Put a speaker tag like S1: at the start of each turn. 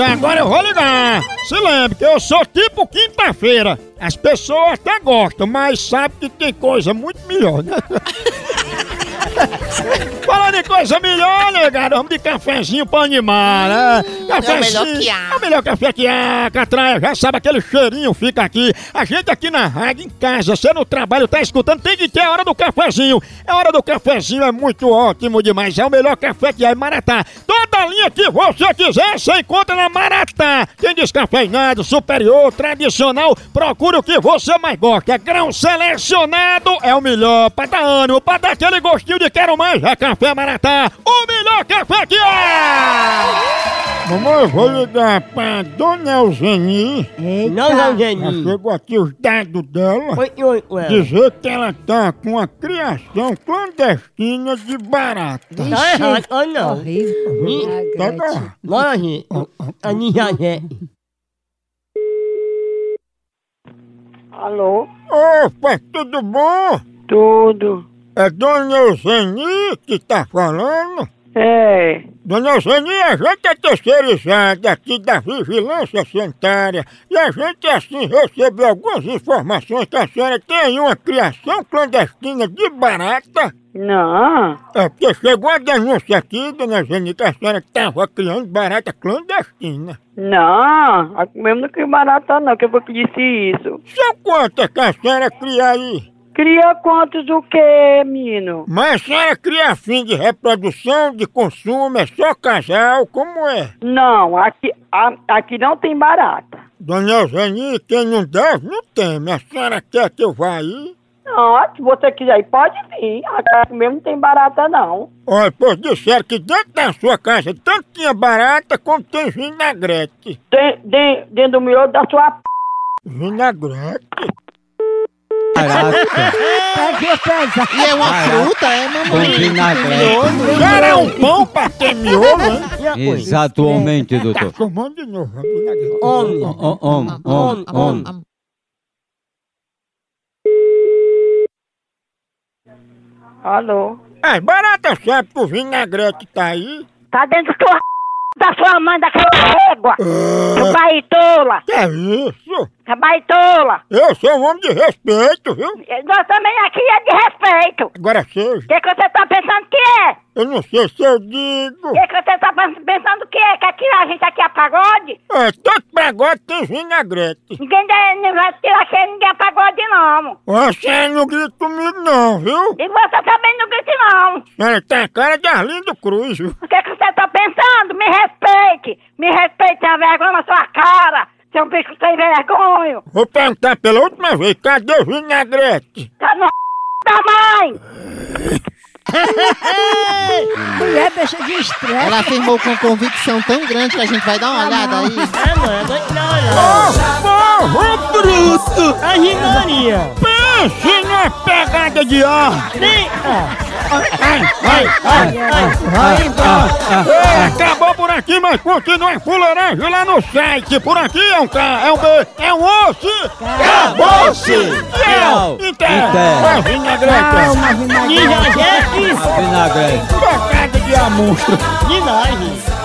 S1: É, Agora eu vou ligar. Se lembre que eu sou tipo quinta-feira. As pessoas até gostam, mas sabem que tem coisa muito melhor, né? Falando em coisa melhor, né, garoto? De cafezinho pra animar, né? Cafezinho.
S2: é o melhor que há.
S1: É o melhor café que há, Catraia. Já sabe, aquele cheirinho fica aqui. A gente aqui na rádio, em casa, você no trabalho, tá escutando, tem que ter a hora do cafezinho. A hora do cafezinho é muito ótimo demais. É o melhor café que há em Maratá. Toda linha que você quiser, você encontra na Maratá. Tem descafeinado, superior, tradicional. Procura o que você mais gosta. É grão selecionado, é o melhor. Pra dar ânimo, pra dar aquele gostinho de quero mais. É Café Maratá, o melhor café que é! há. Mamãe, eu vou ligar pra Dona Eugenie.
S3: Não, não,
S1: Ela
S3: gente.
S1: chegou aqui os dados dela.
S3: Oi, oi, ué.
S1: Dizer que ela tá com a criação clandestina de barata.
S3: Tá errado, ou não?
S1: Tá
S4: Horrível.
S1: bom.
S3: Longe. A ninja é.
S5: Alô?
S1: Opa, tudo bom?
S5: Tudo.
S1: É Dona Eugenie que tá falando?
S5: É.
S1: Dona Eugenie, a gente é terceirizada aqui da Vigilância Sanitária e a gente assim recebeu algumas informações que a senhora tem uma criação clandestina de barata.
S5: Não.
S1: É porque chegou a denúncia aqui, Dona Eugenie, que a senhora estava criando barata clandestina.
S5: Não. A- Mesmo não que barata não, que eu que disse isso.
S1: São quantas que a senhora cria aí?
S5: Cria quantos do quê, menino?
S1: Mas a senhora cria a fim de reprodução, de consumo, é só casal, como é?
S5: Não, aqui, a- aqui não tem barata.
S1: Dona Eugenie, quem não deve, não teme. A senhora quer que eu vá aí?
S5: Não, se você quiser, pode vir. Aqui mesmo não tem barata não.
S1: Olha, pois disseram que dentro da sua casa tanto tinha barata como tem vinagrete.
S5: Tem, tem- dentro do miolo da sua p...
S1: Vinagrete?
S2: E é uma fruta, é, mamãe?
S1: Cara, é um pão pra ter miolo, hein?
S3: E a coisa?
S6: Exatamente,
S1: Tá
S6: doutor.
S1: chamando de novo, a vinagrete.
S3: Homem.
S6: Om, om, om,
S2: Tá.
S6: om.
S5: Alô?
S1: As baratas sabem que o vinagrete tá aí.
S5: Tá dentro da sua da sua mãe, daquela régua.
S1: Ah.
S5: Seu baitola.
S1: Que é isso?
S5: Seu baitola.
S1: Eu sou um homem de respeito, viu?
S5: Nós também aqui é de respeito. O
S1: Agora seja,
S5: que, que você tá pensando que é?
S1: eu não sei se eu digo.
S5: O que, que você tá pensando que é? Que aqui a gente aqui é pagode?
S1: É, todo pregode tem vinagrete.
S5: Ninguém dá- não vai tirar cheio, ninguém é pagode não.
S1: Ó, A senhora não grita comigo não, viu?
S5: E você também não grite não.
S1: Ela tem a cara de Arlindo Cruz, viu?
S5: O que, que você tá pensando? Me respeite. Me respeite, tenha vergonha na sua cara. Seu bicho sem vergonha.
S1: Vou perguntar pela última vez, cadê o vinagrete?
S5: Tá no da mãe.
S4: Mulher deixa de estresse.
S2: Ela afirmou com convicção tão grande que a gente vai dar uma olhada aí.
S3: É, mano, doido na hora.
S1: Porra, bruto!
S3: A rinoria.
S1: Pense numa pegada de ar!
S3: Nem.
S1: Ai, ai, ai,
S6: Ah,
S2: Tá.
S1: ai. Acabou por aqui, mas continua a fuleiragem lá no site. Por aqui é um K, é um B, é um osso. Acabou-se! Então, Tchau! Inter!
S6: Inter.
S1: Vai, vinagrete!
S4: Calma, Vinagre.
S3: Ninja é isso.
S6: Vinagrete.
S1: Pecado de amor!
S3: De nós.